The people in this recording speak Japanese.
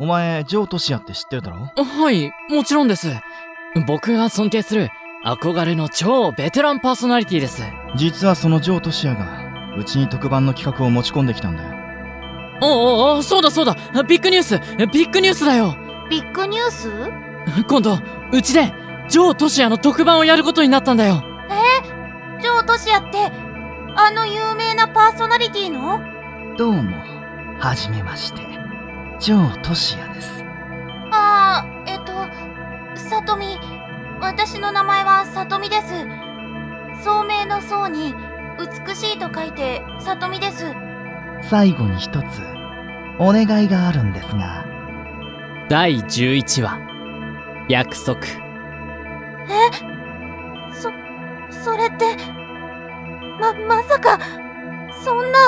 お前、ジョー・トシヤって知ってるだろはい、もちろんです。僕が尊敬する憧れの超ベテランパーソナリティです。実はそのジョー・トシヤが、うちに特番の企画を持ち込んできたんだよ。おうおうおう、そうだそうだ、ビッグニュース、ビッグニュースだよ。ビッグニュース今度、うちで、ジョー・トシヤの特番をやることになったんだよ。ジョー・トシヤって、あの有名なパーソナリティのどうも、はじめまして。ジョー・トシヤです。ああ、えっと、さとみ。私の名前はさとみです。聡明の聡に、美しいと書いて、さとみです。最後に一つ、お願いがあるんですが。第11話、約束。そ、それって、ま、まさか、そんな、